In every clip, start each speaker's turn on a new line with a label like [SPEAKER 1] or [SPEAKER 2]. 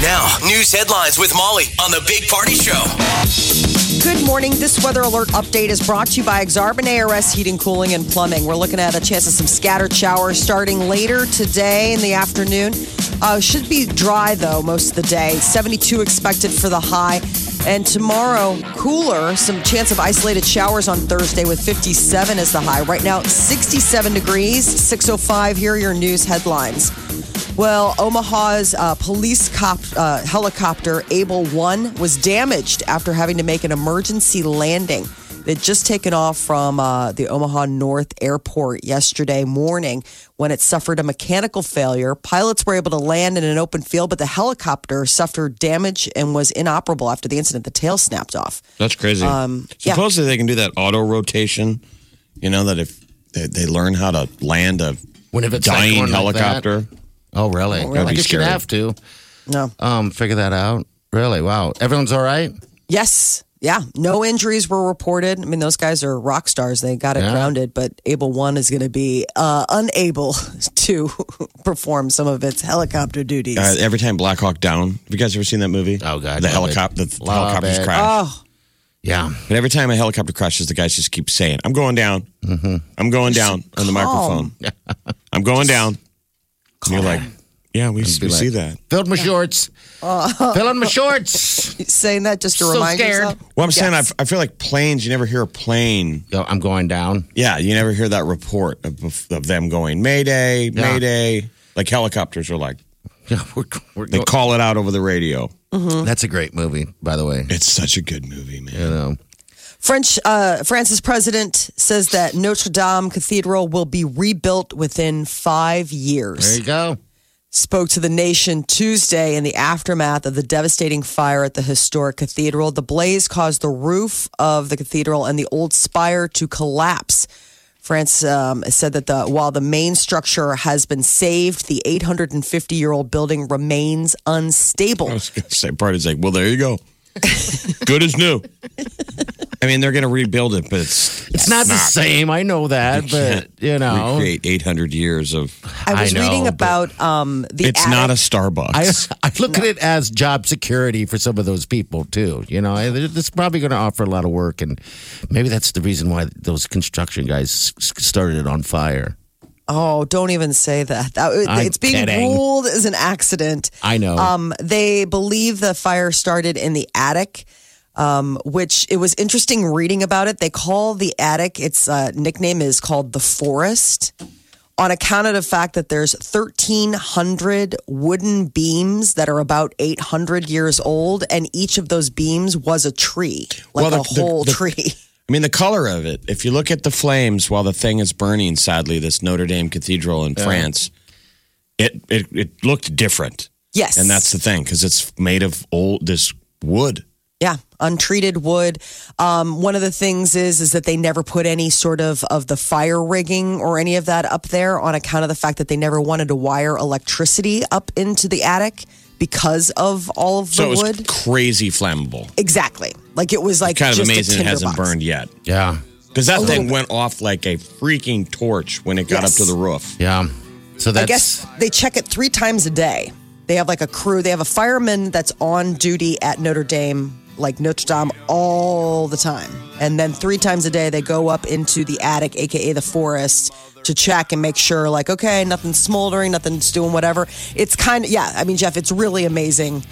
[SPEAKER 1] Now, news headlines with Molly on the Big Party Show.
[SPEAKER 2] Good morning. This weather alert update is brought to you by Exarban ARS Heating, Cooling, and Plumbing. We're looking at a chance of some scattered showers starting later today in the afternoon. Uh, should be dry though most of the day. 72 expected for the high. And tomorrow, cooler. Some chance of isolated showers on Thursday with 57 as the high. Right now, 67 degrees, 605. Here are your news headlines. Well, Omaha's uh, police cop, uh, helicopter, Able 1, was damaged after having to make an emergency landing. They'd just taken off from uh, the Omaha North Airport yesterday morning when it suffered a mechanical failure. Pilots were able to land in an open field, but the helicopter suffered damage and was inoperable after the incident. The tail snapped off.
[SPEAKER 3] That's crazy. Um,
[SPEAKER 2] yeah.
[SPEAKER 3] Supposedly they can do that auto rotation. You know that if they, they learn how to land a
[SPEAKER 4] When if it's like
[SPEAKER 3] dying
[SPEAKER 4] going like
[SPEAKER 3] helicopter.
[SPEAKER 4] that. oh, really?
[SPEAKER 2] really?
[SPEAKER 4] I
[SPEAKER 3] That'd be
[SPEAKER 4] guess you'd
[SPEAKER 3] scary.
[SPEAKER 4] have to
[SPEAKER 2] No.
[SPEAKER 4] um, figure that out. Really? Wow. Everyone's all right?
[SPEAKER 2] Yes. Yeah. No injuries were reported. I mean, those guys are rock stars. They got it
[SPEAKER 4] Yeah.
[SPEAKER 2] grounded, but Able One is going to be uh, unable to perform some of its helicopter duties.
[SPEAKER 3] Uh, every time Black Hawk Down. Have you guys ever seen that movie?
[SPEAKER 4] Oh, God,
[SPEAKER 3] the
[SPEAKER 4] love it.
[SPEAKER 3] helicopter, the
[SPEAKER 4] Love
[SPEAKER 3] helicopters
[SPEAKER 4] it.
[SPEAKER 3] crash.
[SPEAKER 2] oh,
[SPEAKER 4] Yeah.
[SPEAKER 3] But every time a helicopter crashes, the guys just keep saying, "I'm going down.
[SPEAKER 4] Mm-hmm.
[SPEAKER 3] I'm going down" on the microphone. I'm going down. And you're like, "Yeah, we, we see that."
[SPEAKER 4] Filled my shorts. Filling my shorts.
[SPEAKER 2] saying that just to
[SPEAKER 4] So
[SPEAKER 2] remind
[SPEAKER 4] scared.
[SPEAKER 2] yourself.
[SPEAKER 3] Well, I'm saying I,
[SPEAKER 2] Yes.
[SPEAKER 3] f- I feel like planes. You never hear a plane.
[SPEAKER 4] Yo, I'm going down.
[SPEAKER 3] Yeah, you never hear that report of, of them going Mayday,
[SPEAKER 4] Yeah.
[SPEAKER 3] Mayday. Like helicopters are like
[SPEAKER 4] Yeah, we're, we're
[SPEAKER 3] they call it out over the radio.
[SPEAKER 4] That's a great movie, by the way.
[SPEAKER 3] It's such a good movie, man.
[SPEAKER 4] You know,
[SPEAKER 2] French uh, France's president says that Notre Dame Cathedral will be rebuilt within five years.
[SPEAKER 4] there you go.
[SPEAKER 2] spoke to the nation Tuesday in the aftermath of the devastating fire at the historic cathedral. The blaze caused the roof of the cathedral and the old spire to collapse. France um, said that the, while the main structure has been saved, the 850 year old building remains unstable.
[SPEAKER 3] I was going to say, part is like, well, there you go. Good as new. I mean, they're going to rebuild it, but it's,
[SPEAKER 4] It's not the same. I know that, but you know,
[SPEAKER 3] recreate 800 years of.
[SPEAKER 2] I was
[SPEAKER 4] I know,
[SPEAKER 2] reading
[SPEAKER 4] but-
[SPEAKER 2] about um, the.
[SPEAKER 3] It's not a
[SPEAKER 2] attic-
[SPEAKER 3] Starbucks.
[SPEAKER 4] I I look at it as job security for some of those people too. You know, I- it's probably going to offer a lot of work, and maybe that's the reason why those construction guys s- started it on fire.
[SPEAKER 2] Oh, don't even say that. That-
[SPEAKER 4] I'm
[SPEAKER 2] it's being
[SPEAKER 4] kidding.
[SPEAKER 2] ruled as an accident.
[SPEAKER 4] I know.
[SPEAKER 2] Um, they believe the fire started in the attic, um, which it was interesting reading about it. They call the attic, its uh, nickname is called the forest, on account of the fact that there's 1,300 wooden beams that are about 800 years old, and each of those beams was a tree, like
[SPEAKER 3] Well, the-
[SPEAKER 2] a
[SPEAKER 3] the-
[SPEAKER 2] whole
[SPEAKER 3] the-
[SPEAKER 2] tree.
[SPEAKER 3] I mean, the color of it, if you look at the flames while the thing is burning, sadly, this Notre Dame Cathedral in France, it, it, it looked different.
[SPEAKER 2] yes.
[SPEAKER 3] And that's the thing, because it's made of old, this wood.
[SPEAKER 2] Yeah, untreated wood. Um, one of the things is is that they never put any sort of of the fire rigging or any of that up there on account of the fact that they never wanted to wire electricity up into the attic because of all of
[SPEAKER 3] So
[SPEAKER 2] the
[SPEAKER 3] it was
[SPEAKER 2] wood.
[SPEAKER 3] crazy flammable.
[SPEAKER 2] Exactly. Like it was like
[SPEAKER 3] Kind of
[SPEAKER 2] just a
[SPEAKER 3] amazing it hasn't
[SPEAKER 2] tinderbox.
[SPEAKER 3] burned yet.
[SPEAKER 4] Yeah,
[SPEAKER 3] Because that thing went off like a freaking torch when it got
[SPEAKER 2] Yes.
[SPEAKER 3] up to the roof.
[SPEAKER 4] yeah. So
[SPEAKER 2] I
[SPEAKER 4] that's
[SPEAKER 2] guess they check it three times a day. They have like a crew. They have a fireman that's on duty at Notre Dame, like Notre Dame, all the time. And then three times a day, they go up into the attic, aka the forest, to check and make sure, like, okay, nothing's smoldering, nothing's doing whatever. It's kind of yeah. I mean, Jeff, it's really amazing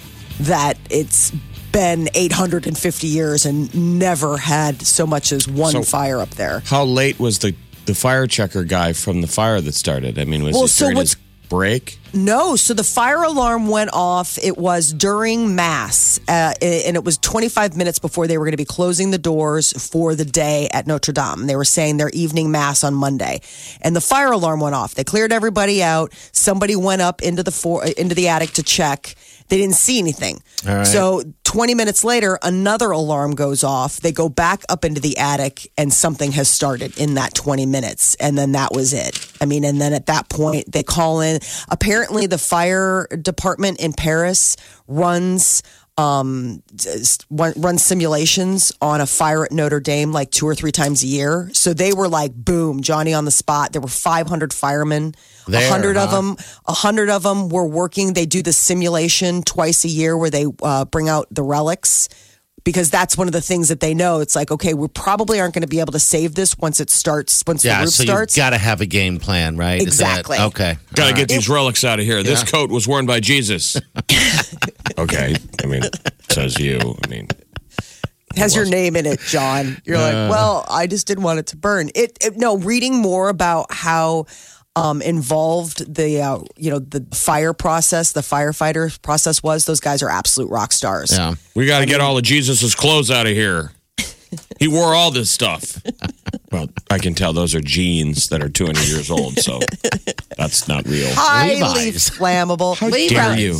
[SPEAKER 2] that it's been 850 years and never had so much as one
[SPEAKER 3] So-
[SPEAKER 2] fire up there.
[SPEAKER 3] How late was the the fire checker guy from the fire that started? I mean, was
[SPEAKER 2] Well,
[SPEAKER 3] it
[SPEAKER 2] so
[SPEAKER 3] during
[SPEAKER 2] what's-
[SPEAKER 3] his break?
[SPEAKER 2] No, so the fire alarm went off. It was during mass, uh, and it was 25 minutes before they were going to be closing the doors for the day at Notre Dame. They were saying their evening mass on Monday, and the fire alarm went off. They cleared everybody out. Somebody went up into the for- into the attic to check. They didn't see anything.
[SPEAKER 4] All right.
[SPEAKER 2] So 20 minutes later, another alarm goes off. They go back up into the attic, and something has started in that 20 minutes. And then that was it. I mean, and then at that point, they call in. Apparently, the fire department in Paris runs. Um, s- run run simulations on a fire at Notre Dame like two or three times a year. So they were like, boom, Johnny on the spot. There were 500 firemen.
[SPEAKER 4] There,
[SPEAKER 2] A hundred of
[SPEAKER 4] huh?
[SPEAKER 2] them, a hundred of them were working. They do the simulation twice a year where they uh, bring out the relics because that's one of the things that they know. It's like, okay, we probably aren't going to be able to save this once it starts. Once the
[SPEAKER 4] Yeah,
[SPEAKER 2] roof
[SPEAKER 4] so
[SPEAKER 2] starts,
[SPEAKER 4] you got to have a game plan, right? Is that-
[SPEAKER 2] Exactly.
[SPEAKER 4] okay.
[SPEAKER 3] Gotta get these relics out of here. This coat was worn by Jesus. okay. I mean, says you. I mean,
[SPEAKER 2] It has your name in it, John. You're like, well, I just didn't want it to burn. It, it- no, reading more about how um, involved the uh, you know the fire process, the firefighter process was. Those guys are absolute rock stars.
[SPEAKER 4] Yeah.
[SPEAKER 3] we gotta get all of Jesus's clothes out of here. He wore all this stuff. Well, I can tell those are jeans that are 200 years old, so that's not real.
[SPEAKER 2] Highly
[SPEAKER 4] Levi's.
[SPEAKER 2] flammable.
[SPEAKER 4] How
[SPEAKER 3] Dare you?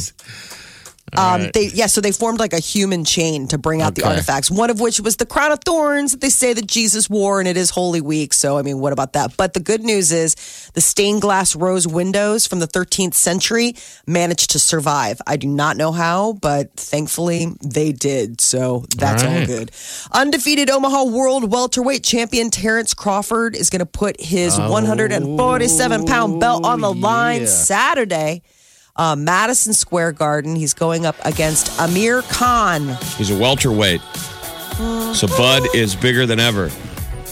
[SPEAKER 2] Um, They yeah, so they formed like a human chain to bring out the
[SPEAKER 4] Okay.
[SPEAKER 2] artifacts. One of which was the crown of thorns that they say that Jesus wore, and it is Holy Week. So I mean, what about that? But the good news is the stained glass rose windows from the 13th century managed to survive. I do not know how, but thankfully they did. So that's all,
[SPEAKER 4] All right.
[SPEAKER 2] good. Undefeated Omaha World Welterweight Champion Terrence Crawford is going to put his
[SPEAKER 4] Oh,
[SPEAKER 2] 147 pound belt on the line Saturday uh, Madison Square Garden. He's going up against Amir Khan.
[SPEAKER 3] He's a welterweight. So Bud is bigger than ever.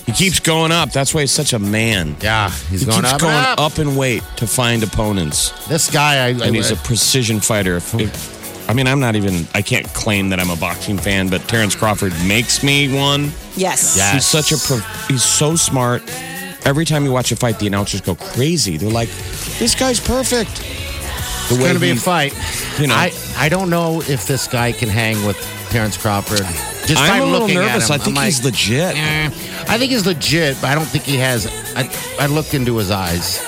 [SPEAKER 3] He keeps going up. That's why he's such a man.
[SPEAKER 4] Yeah, he's
[SPEAKER 3] he
[SPEAKER 4] going
[SPEAKER 3] keeps
[SPEAKER 4] up,
[SPEAKER 3] going
[SPEAKER 4] up.
[SPEAKER 3] up. in weight to find opponents,
[SPEAKER 4] This guy, I, I
[SPEAKER 3] and he's a precision fighter. If- if- I mean, I'm not even. I can't claim that I'm a boxing fan, but Terrence Crawford makes me one.
[SPEAKER 2] Yes.
[SPEAKER 4] Yeah.
[SPEAKER 3] He's such a. Pro, he's so smart. Every time you watch a fight, the announcers go crazy. They're like, "This guy's perfect." The
[SPEAKER 4] it's
[SPEAKER 3] way
[SPEAKER 4] going to be a
[SPEAKER 3] he-
[SPEAKER 4] fight.
[SPEAKER 3] you know.
[SPEAKER 4] I, I don't know if this guy can hang with Terrence Crawford. Just by
[SPEAKER 3] I'm a little
[SPEAKER 4] looking at
[SPEAKER 3] nervous.
[SPEAKER 4] him,
[SPEAKER 3] I think
[SPEAKER 4] I'm
[SPEAKER 3] he's
[SPEAKER 4] like,
[SPEAKER 3] legit.
[SPEAKER 4] eh. I think he's legit, but I don't think he has. I, I looked into his eyes.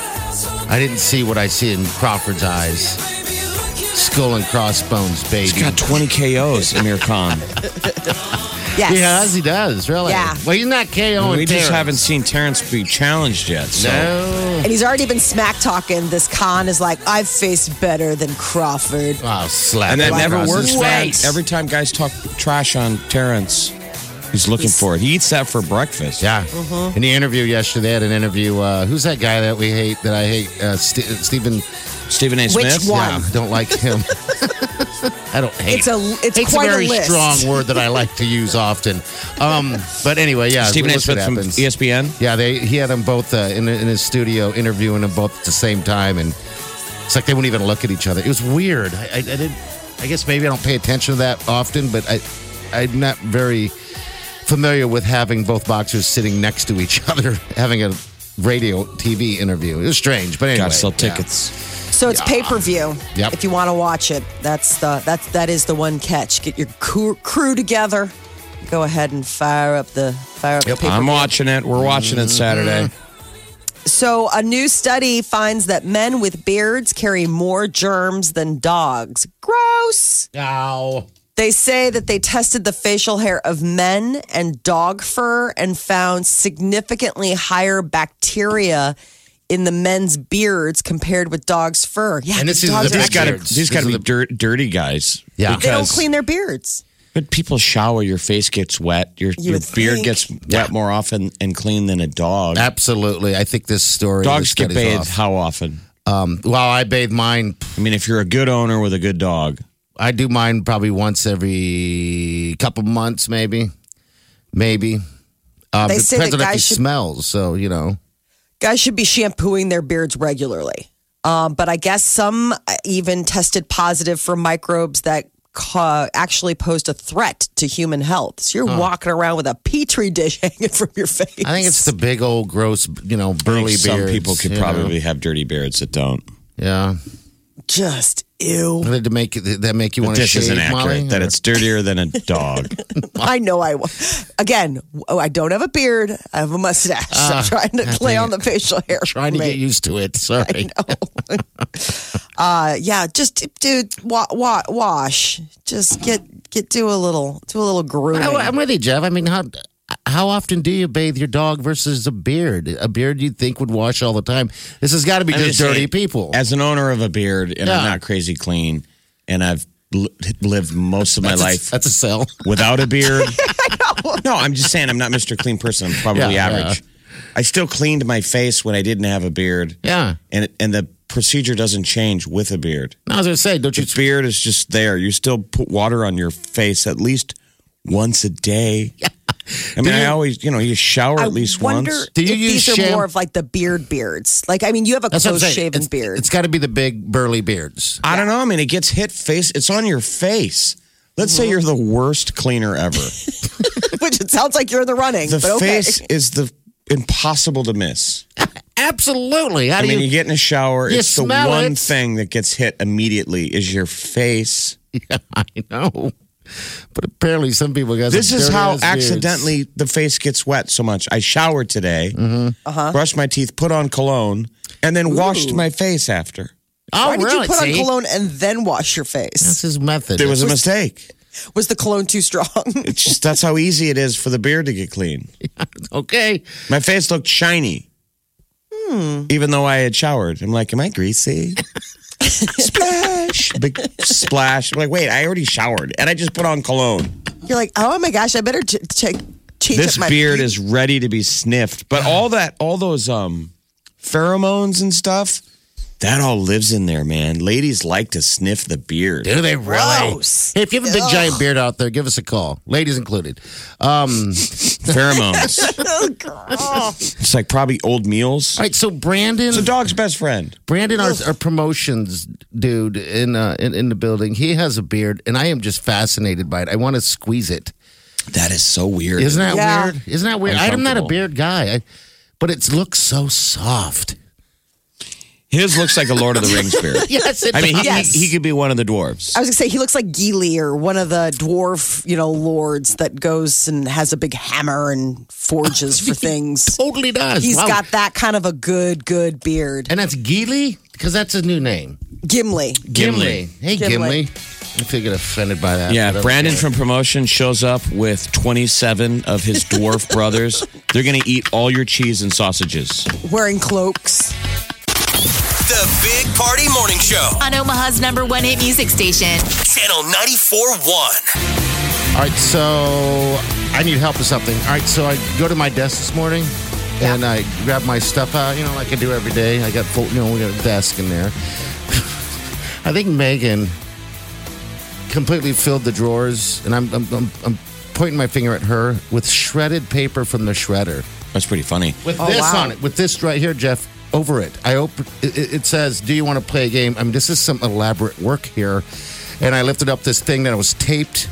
[SPEAKER 4] I didn't see what I see in Crawford's eyes. Skull and crossbones, baby.
[SPEAKER 3] He's got 20 KOs, Amir Khan.
[SPEAKER 2] Yes.
[SPEAKER 4] He does. He does. Really.
[SPEAKER 2] Yeah.
[SPEAKER 4] Well, he's not KO.
[SPEAKER 3] we just haven't seen Terrence be challenged yet. So.
[SPEAKER 4] No.
[SPEAKER 2] And he's already been smack talking. This Khan is like, I've faced better than Crawford.
[SPEAKER 4] Wow, Oh, slap.
[SPEAKER 3] And that
[SPEAKER 4] right
[SPEAKER 3] never
[SPEAKER 4] across
[SPEAKER 3] works,
[SPEAKER 4] his
[SPEAKER 3] man.
[SPEAKER 4] face.
[SPEAKER 3] Every time guys talk trash on Terrence, he's looking for it. He eats that for breakfast.
[SPEAKER 4] Yeah.
[SPEAKER 2] Mm-hmm.
[SPEAKER 4] In the interview yesterday, I had an interview. Uh, who's that guy that we hate? That I hate? Uh, Ste Stephen.
[SPEAKER 3] Stephen A.
[SPEAKER 2] Which
[SPEAKER 3] Smith.
[SPEAKER 2] one?
[SPEAKER 4] Yeah, I don't like him. I don't hate.
[SPEAKER 2] It's a it's
[SPEAKER 4] It's
[SPEAKER 2] quite
[SPEAKER 4] a very
[SPEAKER 2] list.
[SPEAKER 4] strong word that I like to use often. Um, but anyway, yeah.
[SPEAKER 3] Stephen A.
[SPEAKER 4] that's what
[SPEAKER 3] Smith from E
[SPEAKER 4] happens.
[SPEAKER 3] ESPN.
[SPEAKER 4] Yeah, they he had them both uh, in in his studio interviewing them both at the same time, and it's like they wouldn't even look at each other. It was weird. I, I, I did. I guess maybe I don't pay attention to that often, but I I'm not very familiar with having both boxers sitting next to each other having a radio TV interview. It was strange, but anyway.
[SPEAKER 3] Gotta sell
[SPEAKER 4] yeah.
[SPEAKER 3] tickets.
[SPEAKER 2] So it's pay per view.
[SPEAKER 4] Yep.
[SPEAKER 2] If you want to watch it, that's the that's that is the one catch. Get your crew, crew together. Go ahead and fire up the fire up the pay-per-view.
[SPEAKER 3] I'm watching it. We're watching
[SPEAKER 4] Mm-hmm.
[SPEAKER 3] it Saturday.
[SPEAKER 2] So, a new study finds that men with beards carry more germs than dogs. Gross.
[SPEAKER 4] Ow.
[SPEAKER 2] They say that they tested the facial hair of men and dog fur and found significantly higher bacteria in the men's beards compared with dogs' fur. Yeah,
[SPEAKER 4] And this
[SPEAKER 2] these
[SPEAKER 4] is-
[SPEAKER 2] dogs are
[SPEAKER 3] These
[SPEAKER 4] These
[SPEAKER 3] gotta,
[SPEAKER 4] gotta-
[SPEAKER 2] actually-
[SPEAKER 3] these gotta be dirt, dirty guys.
[SPEAKER 4] Yeah.
[SPEAKER 2] they don't
[SPEAKER 3] because-
[SPEAKER 2] clean their beards.
[SPEAKER 3] But people shower, your face gets wet, your,
[SPEAKER 2] You
[SPEAKER 3] your
[SPEAKER 2] would
[SPEAKER 3] beard
[SPEAKER 2] think.
[SPEAKER 3] gets wet more often and clean than a dog.
[SPEAKER 4] Absolutely. I think this story.
[SPEAKER 3] Dogs
[SPEAKER 4] this
[SPEAKER 3] get
[SPEAKER 4] study's
[SPEAKER 3] bathed
[SPEAKER 4] off.
[SPEAKER 3] how often?
[SPEAKER 4] Um, well, I bathe mine
[SPEAKER 3] I mean, if you're a good owner with a good dog,
[SPEAKER 4] I do mine probably once every couple months, maybe, maybe. Uh,
[SPEAKER 2] They
[SPEAKER 4] it
[SPEAKER 2] say
[SPEAKER 4] depends
[SPEAKER 2] that
[SPEAKER 4] on if he
[SPEAKER 2] guys should-
[SPEAKER 4] smells. So you know,
[SPEAKER 2] guys should be shampooing their beards regularly. Um, but I guess some uh, even tested positive for microbes that ca- actually posed a threat to human health. So you're walking around with a petri dish hanging from your face.
[SPEAKER 4] I think it's the big old gross, you know,
[SPEAKER 3] I think
[SPEAKER 4] burly beard.
[SPEAKER 3] some people could probably have dirty beards that don't.
[SPEAKER 4] yeah.
[SPEAKER 2] just Ew.
[SPEAKER 4] Did that make that make you want to
[SPEAKER 3] This
[SPEAKER 4] shave?
[SPEAKER 3] isn't accurate.
[SPEAKER 4] Molly,
[SPEAKER 3] that
[SPEAKER 4] or-
[SPEAKER 3] it's dirtier than a dog.
[SPEAKER 2] I know I will. Again, oh, I don't have a beard. I have a mustache. I'm
[SPEAKER 4] Ah,
[SPEAKER 2] trying to play on the facial hair.
[SPEAKER 4] trying to
[SPEAKER 2] for
[SPEAKER 4] get
[SPEAKER 2] me.
[SPEAKER 4] used to it. Sorry.
[SPEAKER 2] Uh, yeah, just dude, wa- wa- wash. Just get get do a little do a little grooming.
[SPEAKER 4] I, am Oh, with you, Jeff. I mean, how how often do you bathe your dog versus a beard? A beard you'd think would wash all the time. This has got to be
[SPEAKER 3] I'm
[SPEAKER 4] just
[SPEAKER 3] just
[SPEAKER 4] dirty
[SPEAKER 3] saying,
[SPEAKER 4] people.
[SPEAKER 3] As an owner of a beard, and I'm
[SPEAKER 4] Yeah.
[SPEAKER 3] not crazy clean, and I've li- lived most of my
[SPEAKER 4] That's a-
[SPEAKER 3] life
[SPEAKER 4] that's a sell.
[SPEAKER 3] without a beard. No, I'm just saying I'm not Mr. Clean person. I'm probably
[SPEAKER 4] Yeah,
[SPEAKER 3] average. I still cleaned my face when I didn't have a beard.
[SPEAKER 4] Yeah.
[SPEAKER 3] And and the procedure doesn't change with a beard.
[SPEAKER 4] No, I was gonna say, don't you?
[SPEAKER 3] The beard is just there. You still put water on your face at least once a day. I mean,
[SPEAKER 4] Do you-
[SPEAKER 3] I always, you know, you shower at least
[SPEAKER 2] wonder
[SPEAKER 3] once.
[SPEAKER 4] Do you
[SPEAKER 2] if
[SPEAKER 4] use
[SPEAKER 2] these are
[SPEAKER 4] sham-
[SPEAKER 2] more of like the beard beards. Like I mean, you have a
[SPEAKER 4] That's what I'm
[SPEAKER 2] close
[SPEAKER 4] saying.
[SPEAKER 2] shaven
[SPEAKER 4] It's-
[SPEAKER 2] beard.
[SPEAKER 4] it's got to be the big burly beards.
[SPEAKER 3] I don't know. I mean, it gets hit face. It's on your face. Let's say you're the worst cleaner ever.
[SPEAKER 2] which it sounds like you're in the running.
[SPEAKER 3] The
[SPEAKER 2] but okay.
[SPEAKER 3] face is the impossible to miss.
[SPEAKER 4] Absolutely. How
[SPEAKER 3] I
[SPEAKER 4] do
[SPEAKER 3] mean,
[SPEAKER 4] you?
[SPEAKER 3] you, get in a shower.
[SPEAKER 4] you
[SPEAKER 3] It's the
[SPEAKER 4] smell
[SPEAKER 3] one
[SPEAKER 4] it.
[SPEAKER 3] thing that gets hit immediately is your face.
[SPEAKER 4] Yeah, I know. But apparently, some people got
[SPEAKER 3] This
[SPEAKER 4] some
[SPEAKER 3] is
[SPEAKER 4] dirty
[SPEAKER 3] how
[SPEAKER 4] ass beards.
[SPEAKER 3] accidentally the face gets wet so much. I showered today,
[SPEAKER 4] Mm-hmm. Uh-huh.
[SPEAKER 3] brushed my teeth, put on cologne, and then washed my face after.
[SPEAKER 4] Oh,
[SPEAKER 2] Why did
[SPEAKER 4] really?
[SPEAKER 2] you put on
[SPEAKER 4] See?
[SPEAKER 2] cologne and then wash your face?
[SPEAKER 4] That's his method.
[SPEAKER 3] There was a mistake.
[SPEAKER 2] Was the cologne too strong?
[SPEAKER 3] It's just that's how easy it is for the beard to get clean.
[SPEAKER 4] okay.
[SPEAKER 3] My face looked shiny.
[SPEAKER 4] Hmm.
[SPEAKER 3] Even though I had showered, I'm like, am I greasy? splash, big splash. I'm like, wait, I already showered and I just put on cologne.
[SPEAKER 2] You're like, oh my gosh, I better ch- check. Change
[SPEAKER 3] This
[SPEAKER 2] up my
[SPEAKER 3] beard is ready to be sniffed, but all that, all those um pheromones and stuff, that all lives in there, man. Ladies like to sniff the beard.
[SPEAKER 4] Do they really?
[SPEAKER 2] Gross.
[SPEAKER 4] Hey, if you have a big giant beard out there, give us a call, ladies included. Um,
[SPEAKER 3] Pheromones.
[SPEAKER 2] Oh,
[SPEAKER 3] it's like probably old meals.
[SPEAKER 4] all right, so Brandon,
[SPEAKER 3] It's a dog's best friend.
[SPEAKER 4] Brandon, our, our promotions dude in, uh, in in the building, he has a beard, and I am just fascinated by it. I want to squeeze it.
[SPEAKER 3] That is so weird.
[SPEAKER 4] Isn't that
[SPEAKER 2] Yeah.
[SPEAKER 4] weird? Isn't that weird? I'm not a
[SPEAKER 3] Uncomfortable.
[SPEAKER 4] beard guy, I, but it looks so soft.
[SPEAKER 3] His looks like a Lord of the Rings beard.
[SPEAKER 4] Yes, it
[SPEAKER 3] I mean, he,
[SPEAKER 2] Yes.
[SPEAKER 3] he, he could be one of the dwarves.
[SPEAKER 2] I was gonna say he looks like Geely or one of the dwarf, you know, lords that goes and has a big hammer and forges for things.
[SPEAKER 4] totally does.
[SPEAKER 2] He's
[SPEAKER 4] Wow.
[SPEAKER 2] got that kind of a good, good beard.
[SPEAKER 4] and that's Geely because that's his new name.
[SPEAKER 2] Gimli.
[SPEAKER 4] Gimli.
[SPEAKER 3] Gimli.
[SPEAKER 4] Hey, Gimli.
[SPEAKER 2] Gimli.
[SPEAKER 4] I feel get offended by that.
[SPEAKER 3] Yeah,
[SPEAKER 4] but
[SPEAKER 3] Brandon
[SPEAKER 4] okay.
[SPEAKER 3] from promotion shows up with 27 of his dwarf brothers. They're going to eat all your cheese and sausages.
[SPEAKER 2] Wearing cloaks.
[SPEAKER 1] The Big Party Morning Show.
[SPEAKER 5] on Omaha's number one hit music station.
[SPEAKER 1] Channel 94.1.
[SPEAKER 4] All right, so I need help with something. All right, so I go to my desk this morning and I grab my stuff out, you know, like I do every day. I got full, you know, we got a desk in there. I think Megan completely filled the drawers, and I'm, I'm, I'm, I'm pointing my finger at her with shredded paper from the shredder.
[SPEAKER 3] That's pretty funny.
[SPEAKER 4] with this on it, with this right here, Jeff, over it. I open. It, it- it says, "Do you want to play a game?" I mean, this is some elaborate work here, and I lifted up this thing that was taped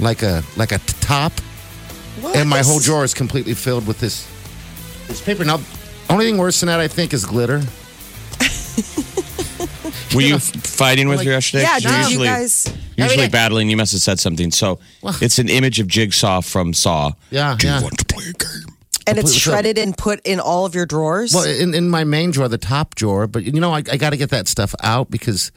[SPEAKER 4] like a like a t- top, and my whole drawer is completely filled with this this paper. Now, only thing worse than that, I think, is glitter.
[SPEAKER 3] Were you f- fighting with
[SPEAKER 4] Like-
[SPEAKER 3] her yesterday?
[SPEAKER 2] Yeah,
[SPEAKER 3] 'Cause you're
[SPEAKER 2] did you
[SPEAKER 3] usually,
[SPEAKER 2] guys-
[SPEAKER 3] Usually
[SPEAKER 4] I mean, I-
[SPEAKER 3] battling, you must have said something. So it's an image of Jigsaw from Saw.
[SPEAKER 4] Yeah,
[SPEAKER 3] Do
[SPEAKER 4] yeah.
[SPEAKER 3] you want to play a game?
[SPEAKER 2] And it's
[SPEAKER 4] Completely
[SPEAKER 2] shredded and put in all of your drawers.
[SPEAKER 4] Well, in, in my main drawer, the top drawer, but you know, I, I got to get that stuff out because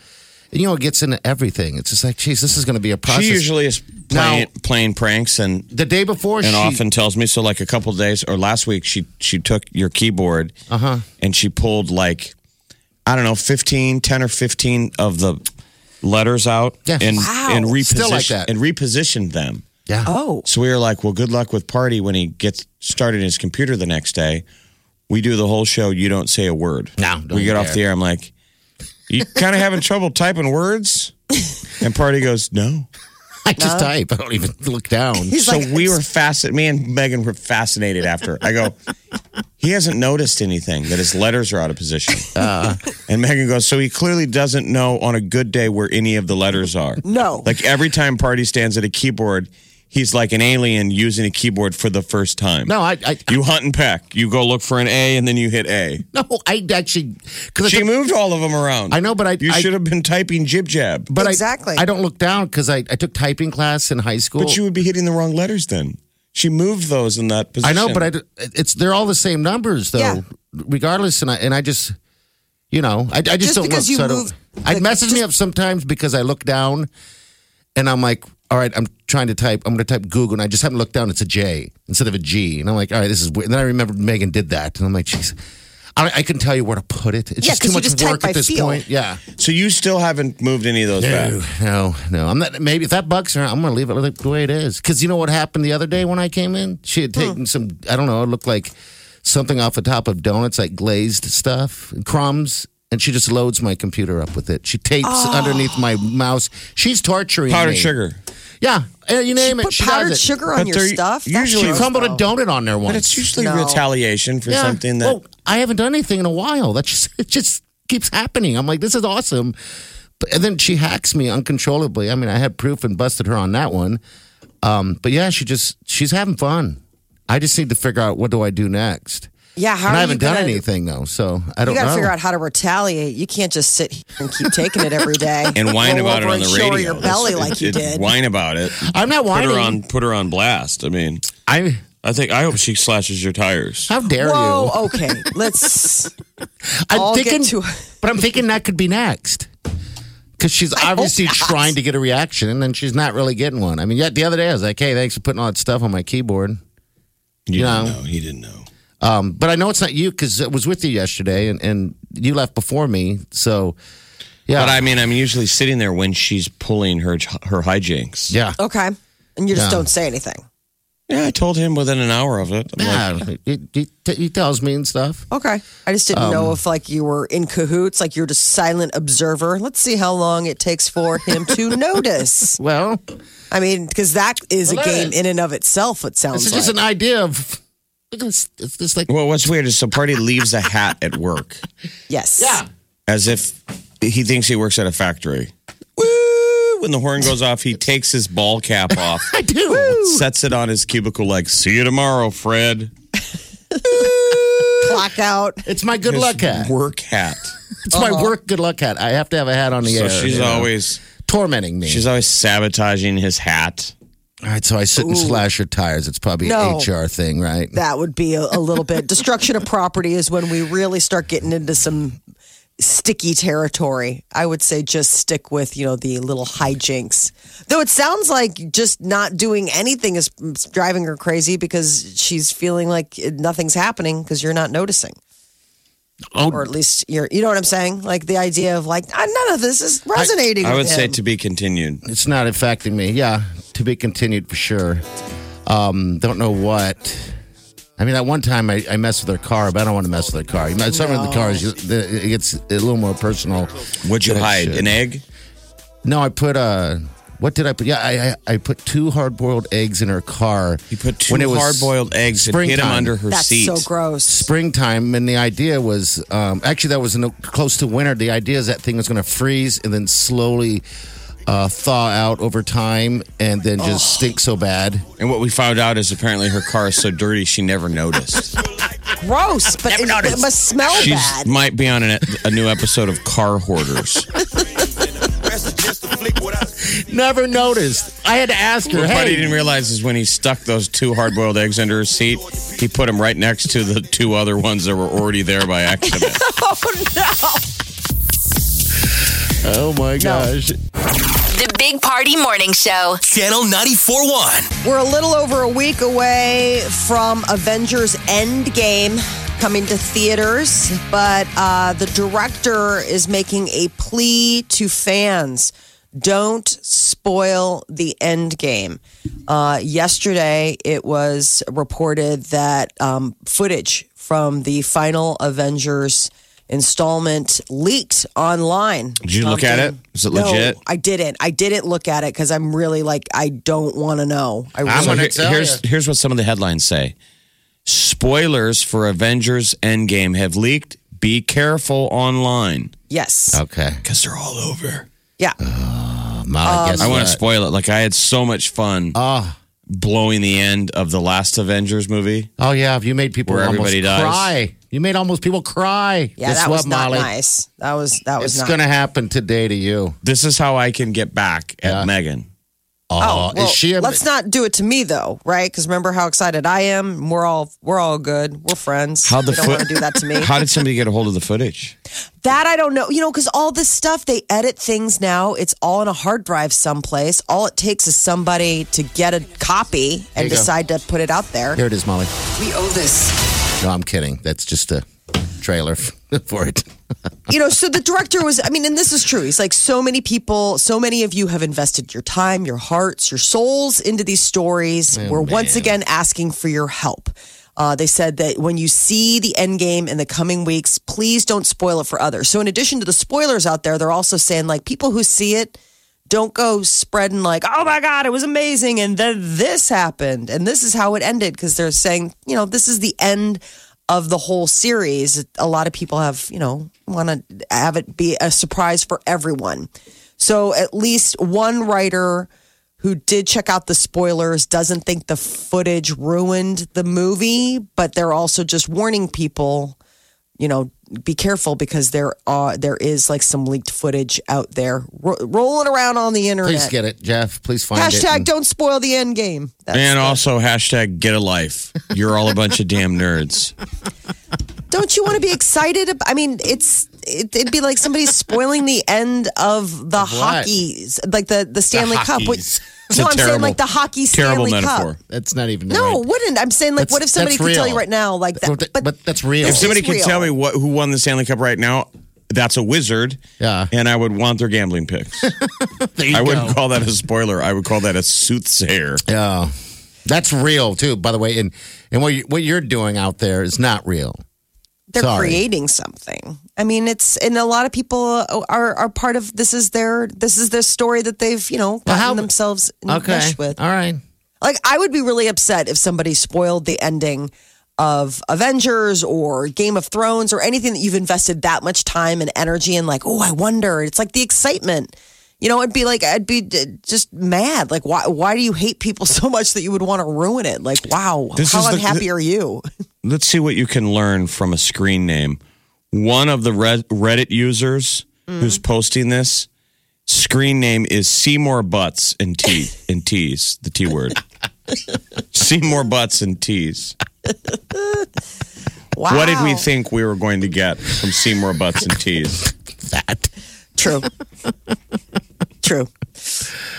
[SPEAKER 4] you know it gets into everything. It's just like, geez, this is going to be a process.
[SPEAKER 3] She usually is playing, playing pranks and
[SPEAKER 4] the day before,
[SPEAKER 3] and
[SPEAKER 4] she,
[SPEAKER 3] often tells me so like a couple days or last week she she took your keyboard
[SPEAKER 4] Uh-huh.
[SPEAKER 3] and she pulled like i don't know 15 10 or 15 of the letters out
[SPEAKER 4] Yeah.
[SPEAKER 3] and
[SPEAKER 4] Wow.
[SPEAKER 3] and
[SPEAKER 4] Still like
[SPEAKER 3] repositioned
[SPEAKER 4] that.
[SPEAKER 3] and repositioned them
[SPEAKER 4] yeah.
[SPEAKER 2] oh,
[SPEAKER 3] so we were like well good luck with party when he gets started in his computer the next day we do the whole show you don't say a word
[SPEAKER 4] No, don't
[SPEAKER 3] we get off
[SPEAKER 4] care.
[SPEAKER 3] the air i'm like you kind of having trouble typing words and party goes no
[SPEAKER 4] I just type. I don't even look down.
[SPEAKER 3] so we were fascinated. Me and Megan were fascinated after. I go, he hasn't noticed anything that his letters are out of position.
[SPEAKER 4] Uh.
[SPEAKER 3] and Megan goes, so he clearly doesn't know on a good day where any of the letters are.
[SPEAKER 2] No.
[SPEAKER 3] Like every time Party stands at a keyboard, he's like an alien using a keyboard for the first time.
[SPEAKER 4] No, I, I
[SPEAKER 3] You hunt and peck. You go look for an A and then you hit A.
[SPEAKER 4] no, I actually because
[SPEAKER 3] She moved all of them around.
[SPEAKER 4] I know, but I-
[SPEAKER 3] you
[SPEAKER 4] I-
[SPEAKER 3] should have been typing jib jab.
[SPEAKER 4] but I-
[SPEAKER 2] Exactly.
[SPEAKER 4] I, don't look down because I, I took typing class in high school.
[SPEAKER 3] But you would be hitting the wrong letters then. She moved those in that
[SPEAKER 4] I
[SPEAKER 3] position.
[SPEAKER 4] know, but I d- it's they're all the same numbers though,
[SPEAKER 2] Yeah.
[SPEAKER 4] regardless. And I and I just you know I, I just,
[SPEAKER 2] Just
[SPEAKER 4] don't
[SPEAKER 2] because
[SPEAKER 4] look.
[SPEAKER 2] you
[SPEAKER 4] so I don't-
[SPEAKER 2] move
[SPEAKER 4] I
[SPEAKER 2] the-
[SPEAKER 4] messes me up sometimes because I look down, and I'm like, all right, I'm trying to type. I'm going to type Google, and I just haven't looked down. It's a J instead of a G, and I'm like, all right, this is weird. And then I remember Megan did that, and I'm like, jeez. I, I couldn't tell you where to put it. It's
[SPEAKER 2] Yeah,
[SPEAKER 4] just too
[SPEAKER 2] 'cause you
[SPEAKER 4] much
[SPEAKER 2] just type
[SPEAKER 4] work
[SPEAKER 2] by
[SPEAKER 4] at this
[SPEAKER 2] feel.
[SPEAKER 4] point. Yeah.
[SPEAKER 3] so you still haven't moved any of those
[SPEAKER 4] No,
[SPEAKER 3] back.
[SPEAKER 4] no, no. I'm not. Maybe if that bugs her, I'm going to leave it like the way it is. Because you know what happened the other day when I came in? She had taken some. I don't know. It looked like something off the top of donuts, like glazed stuff, crumbs, and she just loads my computer up with it. She tapes underneath my mouse. She's torturing
[SPEAKER 3] Powdered
[SPEAKER 4] me.
[SPEAKER 3] sugar.
[SPEAKER 4] Yeah, eh, you name it.
[SPEAKER 2] Put
[SPEAKER 4] she
[SPEAKER 2] powdered
[SPEAKER 4] does it.
[SPEAKER 2] sugar Oh. on
[SPEAKER 3] But
[SPEAKER 2] your
[SPEAKER 3] they're
[SPEAKER 2] stuff.
[SPEAKER 3] usually
[SPEAKER 4] She
[SPEAKER 2] That's gross,
[SPEAKER 4] crumbled a
[SPEAKER 2] though.
[SPEAKER 4] donut on there once.
[SPEAKER 3] But it's usually
[SPEAKER 2] No.
[SPEAKER 3] retaliation for
[SPEAKER 4] Yeah.
[SPEAKER 3] something that.
[SPEAKER 4] Well, I haven't done anything in a while. That just it just keeps happening. I'm like, this is awesome. But, and then she hacks me uncontrollably. I mean, I had proof and busted her on that one. Um, but yeah, she just she's having fun. I just need to figure out what do I do next.
[SPEAKER 2] Yeah, how
[SPEAKER 4] and
[SPEAKER 2] are
[SPEAKER 4] I haven't
[SPEAKER 2] you
[SPEAKER 4] done
[SPEAKER 2] gonna-
[SPEAKER 4] anything though, so I don't
[SPEAKER 2] You got to
[SPEAKER 4] know.
[SPEAKER 2] figure out how to retaliate. You can't just sit here and keep taking it every day
[SPEAKER 3] and whine
[SPEAKER 2] Roll
[SPEAKER 3] about it
[SPEAKER 2] over
[SPEAKER 3] on the
[SPEAKER 2] and show her
[SPEAKER 3] radio.
[SPEAKER 2] your belly
[SPEAKER 3] It's-
[SPEAKER 2] like you
[SPEAKER 3] it's-
[SPEAKER 2] did.
[SPEAKER 3] Whine about it.
[SPEAKER 4] I'm not
[SPEAKER 3] Put
[SPEAKER 4] whining.
[SPEAKER 3] her on. Put her on blast. I mean,
[SPEAKER 4] I
[SPEAKER 3] I think I hope she slashes your tires.
[SPEAKER 4] how dare you?
[SPEAKER 2] Whoa, okay. Let's.
[SPEAKER 4] I'm
[SPEAKER 2] I'll get
[SPEAKER 4] thinking,
[SPEAKER 2] to-
[SPEAKER 4] but I'm thinking that could be next. Because she's obviously trying to get a reaction, and then she's not really getting one. I mean, yet the other day I was like, "Hey, thanks for putting all that stuff on my keyboard."
[SPEAKER 3] You
[SPEAKER 4] No.
[SPEAKER 3] didn't know. He didn't know.
[SPEAKER 4] Um, but I know it's not you because I was with you yesterday, and, and you left before me. So, yeah,
[SPEAKER 3] But I mean, I'm usually sitting there when she's pulling her her hijinks.
[SPEAKER 4] yeah,
[SPEAKER 2] Okay. And you just
[SPEAKER 4] Yeah.
[SPEAKER 2] don't say anything.
[SPEAKER 3] Yeah, I told him within an hour of it. I'm like,
[SPEAKER 4] yeah. He, he, he tells me and stuff.
[SPEAKER 2] Okay. I just didn't
[SPEAKER 4] Um,
[SPEAKER 2] know if like you were in cahoots, like you're just silent observer. Let's see how long it takes for him to notice.
[SPEAKER 4] Well,
[SPEAKER 2] I mean, because that is a
[SPEAKER 4] Well, that
[SPEAKER 2] game
[SPEAKER 4] is-
[SPEAKER 2] in and of itself. It
[SPEAKER 4] this
[SPEAKER 2] sounds
[SPEAKER 4] is
[SPEAKER 2] like.
[SPEAKER 4] just an idea of. Look at this. It's just like
[SPEAKER 3] Well, what's weird is the party leaves a hat at work
[SPEAKER 2] yes.
[SPEAKER 3] as if he thinks he works at a factory. Woo! When the horn goes off, he takes his ball cap off,
[SPEAKER 4] I do.
[SPEAKER 3] sets it on his cubicle, like, see you tomorrow, Fred.
[SPEAKER 2] Clock out.
[SPEAKER 4] It's my good
[SPEAKER 3] His
[SPEAKER 4] luck hat.
[SPEAKER 3] Work hat.
[SPEAKER 4] It's
[SPEAKER 2] Uh-huh.
[SPEAKER 4] my work good luck hat. I have to have a hat on the
[SPEAKER 3] so
[SPEAKER 4] air.
[SPEAKER 3] she's
[SPEAKER 4] you know,
[SPEAKER 3] always
[SPEAKER 4] tormenting me.
[SPEAKER 3] she's always sabotaging his hat.
[SPEAKER 4] All right, so I sit and slash her tires. It's probably
[SPEAKER 2] No.
[SPEAKER 4] an HR thing, right?
[SPEAKER 2] That would be a, a little bit. Destruction of property is when we really start getting into some sticky territory. I would say just stick with, you know, the little hijinks. Though it sounds like just not doing anything is driving her crazy because she's feeling like nothing's happening because you're not noticing.
[SPEAKER 4] Oh,
[SPEAKER 2] Or at least you're, you know what I'm saying? Like the idea of like, "Ah, none of this is resonating.
[SPEAKER 3] I would
[SPEAKER 2] with
[SPEAKER 3] say
[SPEAKER 2] him."
[SPEAKER 3] to be continued.
[SPEAKER 4] it's not affecting me. Yeah, to be continued for sure. Um, don't know what. I mean, at one time I, I messed with their car, but I don't want to mess with their car. You know, Some of the cars, you- the- it gets a little more personal.
[SPEAKER 3] What'd you
[SPEAKER 4] than it
[SPEAKER 3] hide?
[SPEAKER 4] should.
[SPEAKER 3] An egg?
[SPEAKER 4] No, I put Uh, what did I put? Yeah, I I, I put two hard boiled eggs in her car.
[SPEAKER 3] You put two
[SPEAKER 4] when it was
[SPEAKER 3] hard boiled eggs and hid them
[SPEAKER 4] springtime.
[SPEAKER 3] under her
[SPEAKER 2] That's
[SPEAKER 3] seat.
[SPEAKER 2] so gross.
[SPEAKER 4] springtime, and the idea was um, actually that was in close to winter. The idea is that thing was going to freeze and then slowly uh, thaw out over time, and then just stink so bad.
[SPEAKER 3] And what we found out is apparently her car is so dirty she never noticed.
[SPEAKER 2] Gross, but it, it must smell
[SPEAKER 3] She
[SPEAKER 2] bad.
[SPEAKER 3] might be on an, a new episode of Car Hoarders.
[SPEAKER 4] Never noticed. I had to ask her.
[SPEAKER 3] What he
[SPEAKER 4] Hey,
[SPEAKER 3] didn't realize is when he stuck those two hard boiled eggs under his seat, he put them right next to the two other ones that were already there by accident.
[SPEAKER 4] oh my gosh.
[SPEAKER 5] The Big Party Morning Show.
[SPEAKER 1] Channel 941.
[SPEAKER 2] We're a little over a week away from Avengers Endgame coming to theaters, but uh, the director is making a plea to fans don't spoil the endgame. Uh, yesterday, it was reported that um, footage from the final Avengers installment leaked online.
[SPEAKER 3] Did you look at it? Is it legit?
[SPEAKER 2] No, I didn't. I didn't look at it because I'm really like I don't want to know. I really,
[SPEAKER 4] I'm
[SPEAKER 3] So
[SPEAKER 4] gonna
[SPEAKER 3] here-
[SPEAKER 4] tell
[SPEAKER 3] here's, here's what some of the headlines say Spoilers for Avengers Endgame have leaked. Be careful online
[SPEAKER 2] yes,
[SPEAKER 4] Okay.
[SPEAKER 3] because they're all over.
[SPEAKER 2] yeah.
[SPEAKER 4] Um, I guess
[SPEAKER 3] I want
[SPEAKER 4] not.
[SPEAKER 3] to spoil it. Like I had so much fun
[SPEAKER 4] Ah.
[SPEAKER 3] blowing the end of the last Avengers movie.
[SPEAKER 4] Oh yeah, you made people
[SPEAKER 3] Where
[SPEAKER 4] almost
[SPEAKER 3] everybody dies.
[SPEAKER 4] cry. You made almost people cry.
[SPEAKER 2] Yeah,
[SPEAKER 4] Guess
[SPEAKER 2] that
[SPEAKER 4] what,
[SPEAKER 2] was not
[SPEAKER 4] Molly?
[SPEAKER 2] nice. That was that was
[SPEAKER 4] It's
[SPEAKER 2] not.
[SPEAKER 4] gonna happen today to you.
[SPEAKER 3] This is how I can get back at
[SPEAKER 4] Yeah.
[SPEAKER 3] Megan.
[SPEAKER 4] Oh,
[SPEAKER 2] well,
[SPEAKER 4] is she? A,
[SPEAKER 2] let's not do it to me though, right? Because remember how excited I am. We're all we're all good. We're friends.
[SPEAKER 3] How'd the
[SPEAKER 2] You don't
[SPEAKER 3] foot-
[SPEAKER 2] want to do that to me.
[SPEAKER 3] How did somebody get a hold of the footage?
[SPEAKER 2] That I don't know. You know, because all this stuff, they edit things now. It's all on a hard drive someplace. All it takes is somebody to get a copy and
[SPEAKER 4] There you go.
[SPEAKER 2] decide to put it out there.
[SPEAKER 4] Here it is, Molly.
[SPEAKER 2] We owe this.
[SPEAKER 4] No, I'm kidding. That's just a trailer f- for it.
[SPEAKER 2] You know, so the director was, I mean, and this is true. He's like, so many people, so many of you have invested your time, your hearts, your souls into these stories. We're once again asking for your help. Uh, they said that when you see the end game in the coming weeks, please don't spoil it for others. So, in addition to the spoilers out there, they're also saying, like, people who see it, don't go spreading like, oh my God, it was amazing. And then this happened. And this is how it ended. Cause they're saying, you know, this is the end of the whole series. A lot of people have, you know, want to have it be a surprise for everyone. So at least one writer who did check out the spoilers doesn't think the footage ruined the movie, but they're also just warning people you know, be careful because there are there is like some leaked footage out there ro- rolling around on the internet.
[SPEAKER 4] Please get it, Jeff. Please find it.
[SPEAKER 2] Hashtag
[SPEAKER 4] and-
[SPEAKER 2] don't spoil the end game. That's
[SPEAKER 3] and also hashtag get a life. You're all a bunch of damn nerds.
[SPEAKER 2] Don't you want to be excited? ab- I mean, it's it, it'd be like somebody spoiling the end of the
[SPEAKER 4] what?
[SPEAKER 2] hockey, like the the Stanley Cup. What-
[SPEAKER 4] hockeys.
[SPEAKER 2] no,
[SPEAKER 3] a
[SPEAKER 2] I'm saying
[SPEAKER 3] terrible-
[SPEAKER 2] like the hockey
[SPEAKER 3] Terrible
[SPEAKER 2] Stanley
[SPEAKER 3] metaphor.
[SPEAKER 2] Cup.
[SPEAKER 4] That's not even
[SPEAKER 2] No,
[SPEAKER 4] right.
[SPEAKER 2] it wouldn't. I'm saying like,
[SPEAKER 4] That's-
[SPEAKER 2] what if somebody
[SPEAKER 4] that's
[SPEAKER 2] could tell you
[SPEAKER 4] real.
[SPEAKER 2] right now, like that?
[SPEAKER 4] But, but that's real.
[SPEAKER 3] If somebody can
[SPEAKER 2] real.
[SPEAKER 3] tell me what who won the Stanley Cup right now, that's a wizard.
[SPEAKER 4] Yeah.
[SPEAKER 3] And I would want their gambling picks.
[SPEAKER 4] There you
[SPEAKER 3] I wouldn't
[SPEAKER 4] go.
[SPEAKER 3] call that a spoiler. I would call that a soothsayer.
[SPEAKER 4] Yeah, that's real too. By the way, and and what you, what you're doing out there is not real.
[SPEAKER 2] they're
[SPEAKER 4] Sorry.
[SPEAKER 2] creating something. I mean, it's and a lot of people are are part of this is their this is their story that they've you know gotten
[SPEAKER 4] how-
[SPEAKER 2] themselves in mesh with.
[SPEAKER 4] All right.
[SPEAKER 2] Like I would be really upset if somebody spoiled the ending of Avengers or Game of Thrones or anything that you've invested that much time and energy in. Like, oh, I wonder. It's like the excitement. You know, it'd be like I'd be uh, just mad. Like, why? Why do you hate people so much that you would want to ruin it? Like, wow,
[SPEAKER 3] This
[SPEAKER 2] how
[SPEAKER 3] is the-
[SPEAKER 2] unhappy are you?
[SPEAKER 3] Let's see what you can learn from a screen name. One of the Red- Reddit users
[SPEAKER 2] Mm.
[SPEAKER 3] who's posting this screen name is Seymour Butts and T and T's the T word. Seymour Butts and T's.
[SPEAKER 2] Wow.
[SPEAKER 3] What did we think we were going to get from Seymour Butts and T's?
[SPEAKER 4] That
[SPEAKER 2] True. True.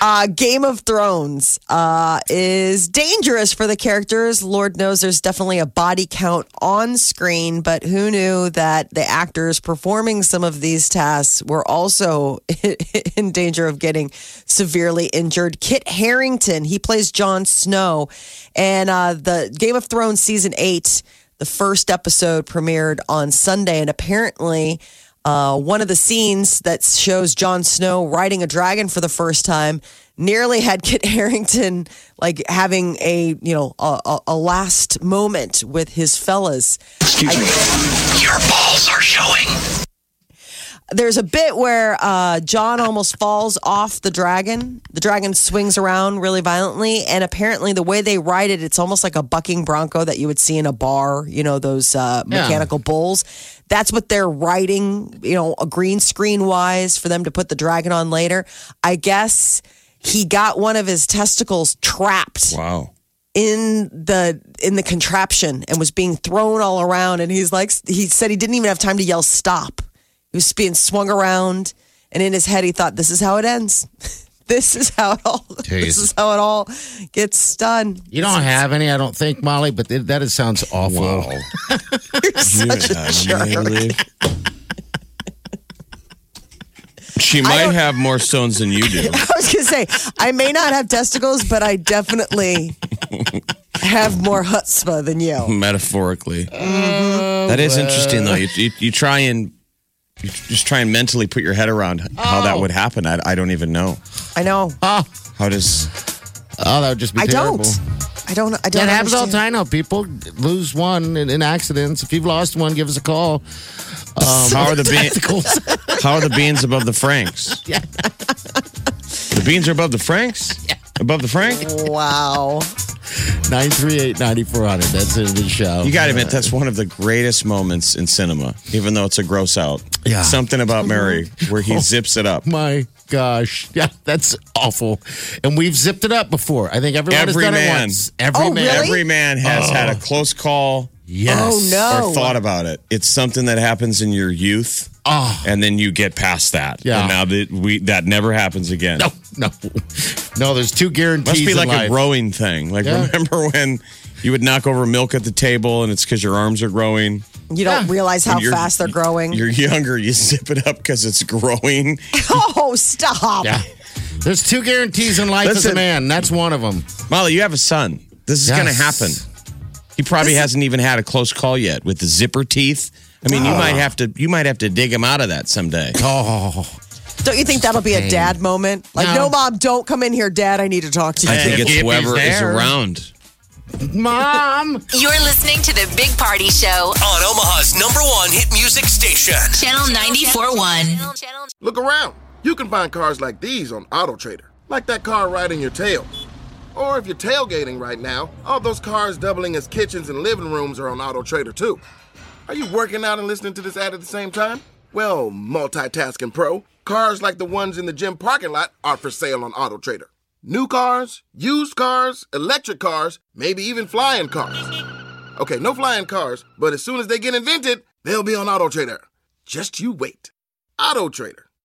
[SPEAKER 2] Uh, Game of Thrones uh, is dangerous for the characters. Lord knows there's definitely a body count on screen, but who knew that the actors performing some of these tasks were also in danger of getting severely injured? Kit Harrington, he plays Jon Snow, and uh, the Game of Thrones season eight. The first episode premiered on Sunday, and apparently, uh, one of the scenes that shows Jon Snow riding a dragon for the first time nearly had Kit Harrington like having a you know a, a, a last moment with his fellas.
[SPEAKER 1] Your balls are showing.
[SPEAKER 2] There's a bit where uh, John almost falls off the dragon. The dragon swings around really violently, and apparently the way they ride it, it's almost like a bucking bronco that you would see in a bar. You know those uh,
[SPEAKER 4] Yeah.
[SPEAKER 2] mechanical bulls. That's what they're riding. You know, a green screen wise for them to put the dragon on later. I guess he got one of his testicles trapped
[SPEAKER 3] Wow.
[SPEAKER 2] in the in the contraption and was being thrown all around and he's like he said he didn't even have time to yell stop he was being swung around and in his head he thought this is how it ends this is how it all this
[SPEAKER 4] Jeez.
[SPEAKER 2] is how it all gets done
[SPEAKER 4] you don't have any, I don't think, Molly. But it, that is, sounds awful.
[SPEAKER 2] you're such a jerk
[SPEAKER 3] Really? She might
[SPEAKER 2] don't-
[SPEAKER 3] have more stones than you do.
[SPEAKER 2] I was gonna say I may not have testicles but I definitely have more chutzpah than you
[SPEAKER 3] metaphorically.
[SPEAKER 2] Mm-hmm.
[SPEAKER 3] That is interesting, though. You, you, you try and you just try and mentally put your head around how
[SPEAKER 2] Oh.
[SPEAKER 3] that would happen. I, I don't even know.
[SPEAKER 2] I know
[SPEAKER 4] Oh,
[SPEAKER 3] How does
[SPEAKER 4] oh, that would just be
[SPEAKER 2] I
[SPEAKER 4] terrible.
[SPEAKER 2] don't I don't I don't
[SPEAKER 4] That happens all the
[SPEAKER 2] understand.
[SPEAKER 4] time now. People lose one in, in accidents. If you've lost one, give us a call. Um,
[SPEAKER 3] how are the beans
[SPEAKER 4] Testicles.
[SPEAKER 3] how are the beans above the franks? The beans are above the franks. above the Frank.
[SPEAKER 2] Wow.
[SPEAKER 4] 938 9400. That's it of the show.
[SPEAKER 3] You got to admit, that's one of the greatest moments in cinema, even though it's a gross out.
[SPEAKER 4] Yeah.
[SPEAKER 3] Something about Mary where
[SPEAKER 4] Oh.
[SPEAKER 3] he zips it up.
[SPEAKER 4] My gosh. Yeah, that's awful. And we've zipped it up before. I think everyone
[SPEAKER 3] Every
[SPEAKER 4] has done
[SPEAKER 3] man.
[SPEAKER 4] it once. Every
[SPEAKER 2] Oh,
[SPEAKER 4] man.
[SPEAKER 2] really?
[SPEAKER 3] Every man has had
[SPEAKER 4] Oh.
[SPEAKER 3] a close call
[SPEAKER 4] Yes.
[SPEAKER 2] Oh, no.
[SPEAKER 3] or thought about it. It's something that happens in your youth,
[SPEAKER 4] Oh.
[SPEAKER 3] and then you get past that.
[SPEAKER 4] Yeah.
[SPEAKER 3] And now that we that never happens again.
[SPEAKER 4] No, no. No, there's two guarantees.
[SPEAKER 3] Must be
[SPEAKER 4] in
[SPEAKER 3] like
[SPEAKER 4] life.
[SPEAKER 3] a rowing thing. Like
[SPEAKER 4] Yeah.
[SPEAKER 3] remember when you would knock over milk at the table, and it's because your arms are growing.
[SPEAKER 2] You don't realize how
[SPEAKER 3] When you're-
[SPEAKER 2] fast they're growing.
[SPEAKER 3] You're
[SPEAKER 4] Mm.
[SPEAKER 3] younger, you zip it up because it's growing.
[SPEAKER 2] oh, stop.
[SPEAKER 4] Yeah. There's two guarantees in life as
[SPEAKER 3] Listen.
[SPEAKER 4] a man. That's one of them.
[SPEAKER 3] Molly, you have a son. This is
[SPEAKER 4] Yes.
[SPEAKER 3] going to happen. He probably hasn't even had a close call yet with the zipper teeth. I mean, you might have to you might have to dig him out of that someday.
[SPEAKER 4] Oh,
[SPEAKER 2] Don't you think that'll be a dad moment? Like, no.
[SPEAKER 4] No.
[SPEAKER 2] mom, don't come in here, dad. I need to talk to you.
[SPEAKER 3] I think
[SPEAKER 4] If
[SPEAKER 3] it's
[SPEAKER 4] he's
[SPEAKER 3] whoever is
[SPEAKER 4] there.
[SPEAKER 3] around.
[SPEAKER 4] mom.
[SPEAKER 5] You're listening to the Big Party Show,
[SPEAKER 1] On Omaha's number one hit music station.
[SPEAKER 5] Channel 94.1.
[SPEAKER 6] Look around. You can find cars like these on AutoTrader, like that car riding your tail. Or if you're tailgating right now, all those cars doubling as kitchens and living rooms are on AutoTrader too. Are you working out and listening to this ad at the same time? Well, multitasking pro, cars like the ones in the gym parking lot are for sale on AutoTrader. New cars, used cars, electric cars, maybe even flying cars. Okay, no flying cars, but as soon as they get invented, they'll be on AutoTrader. Just you wait. Auto Trader.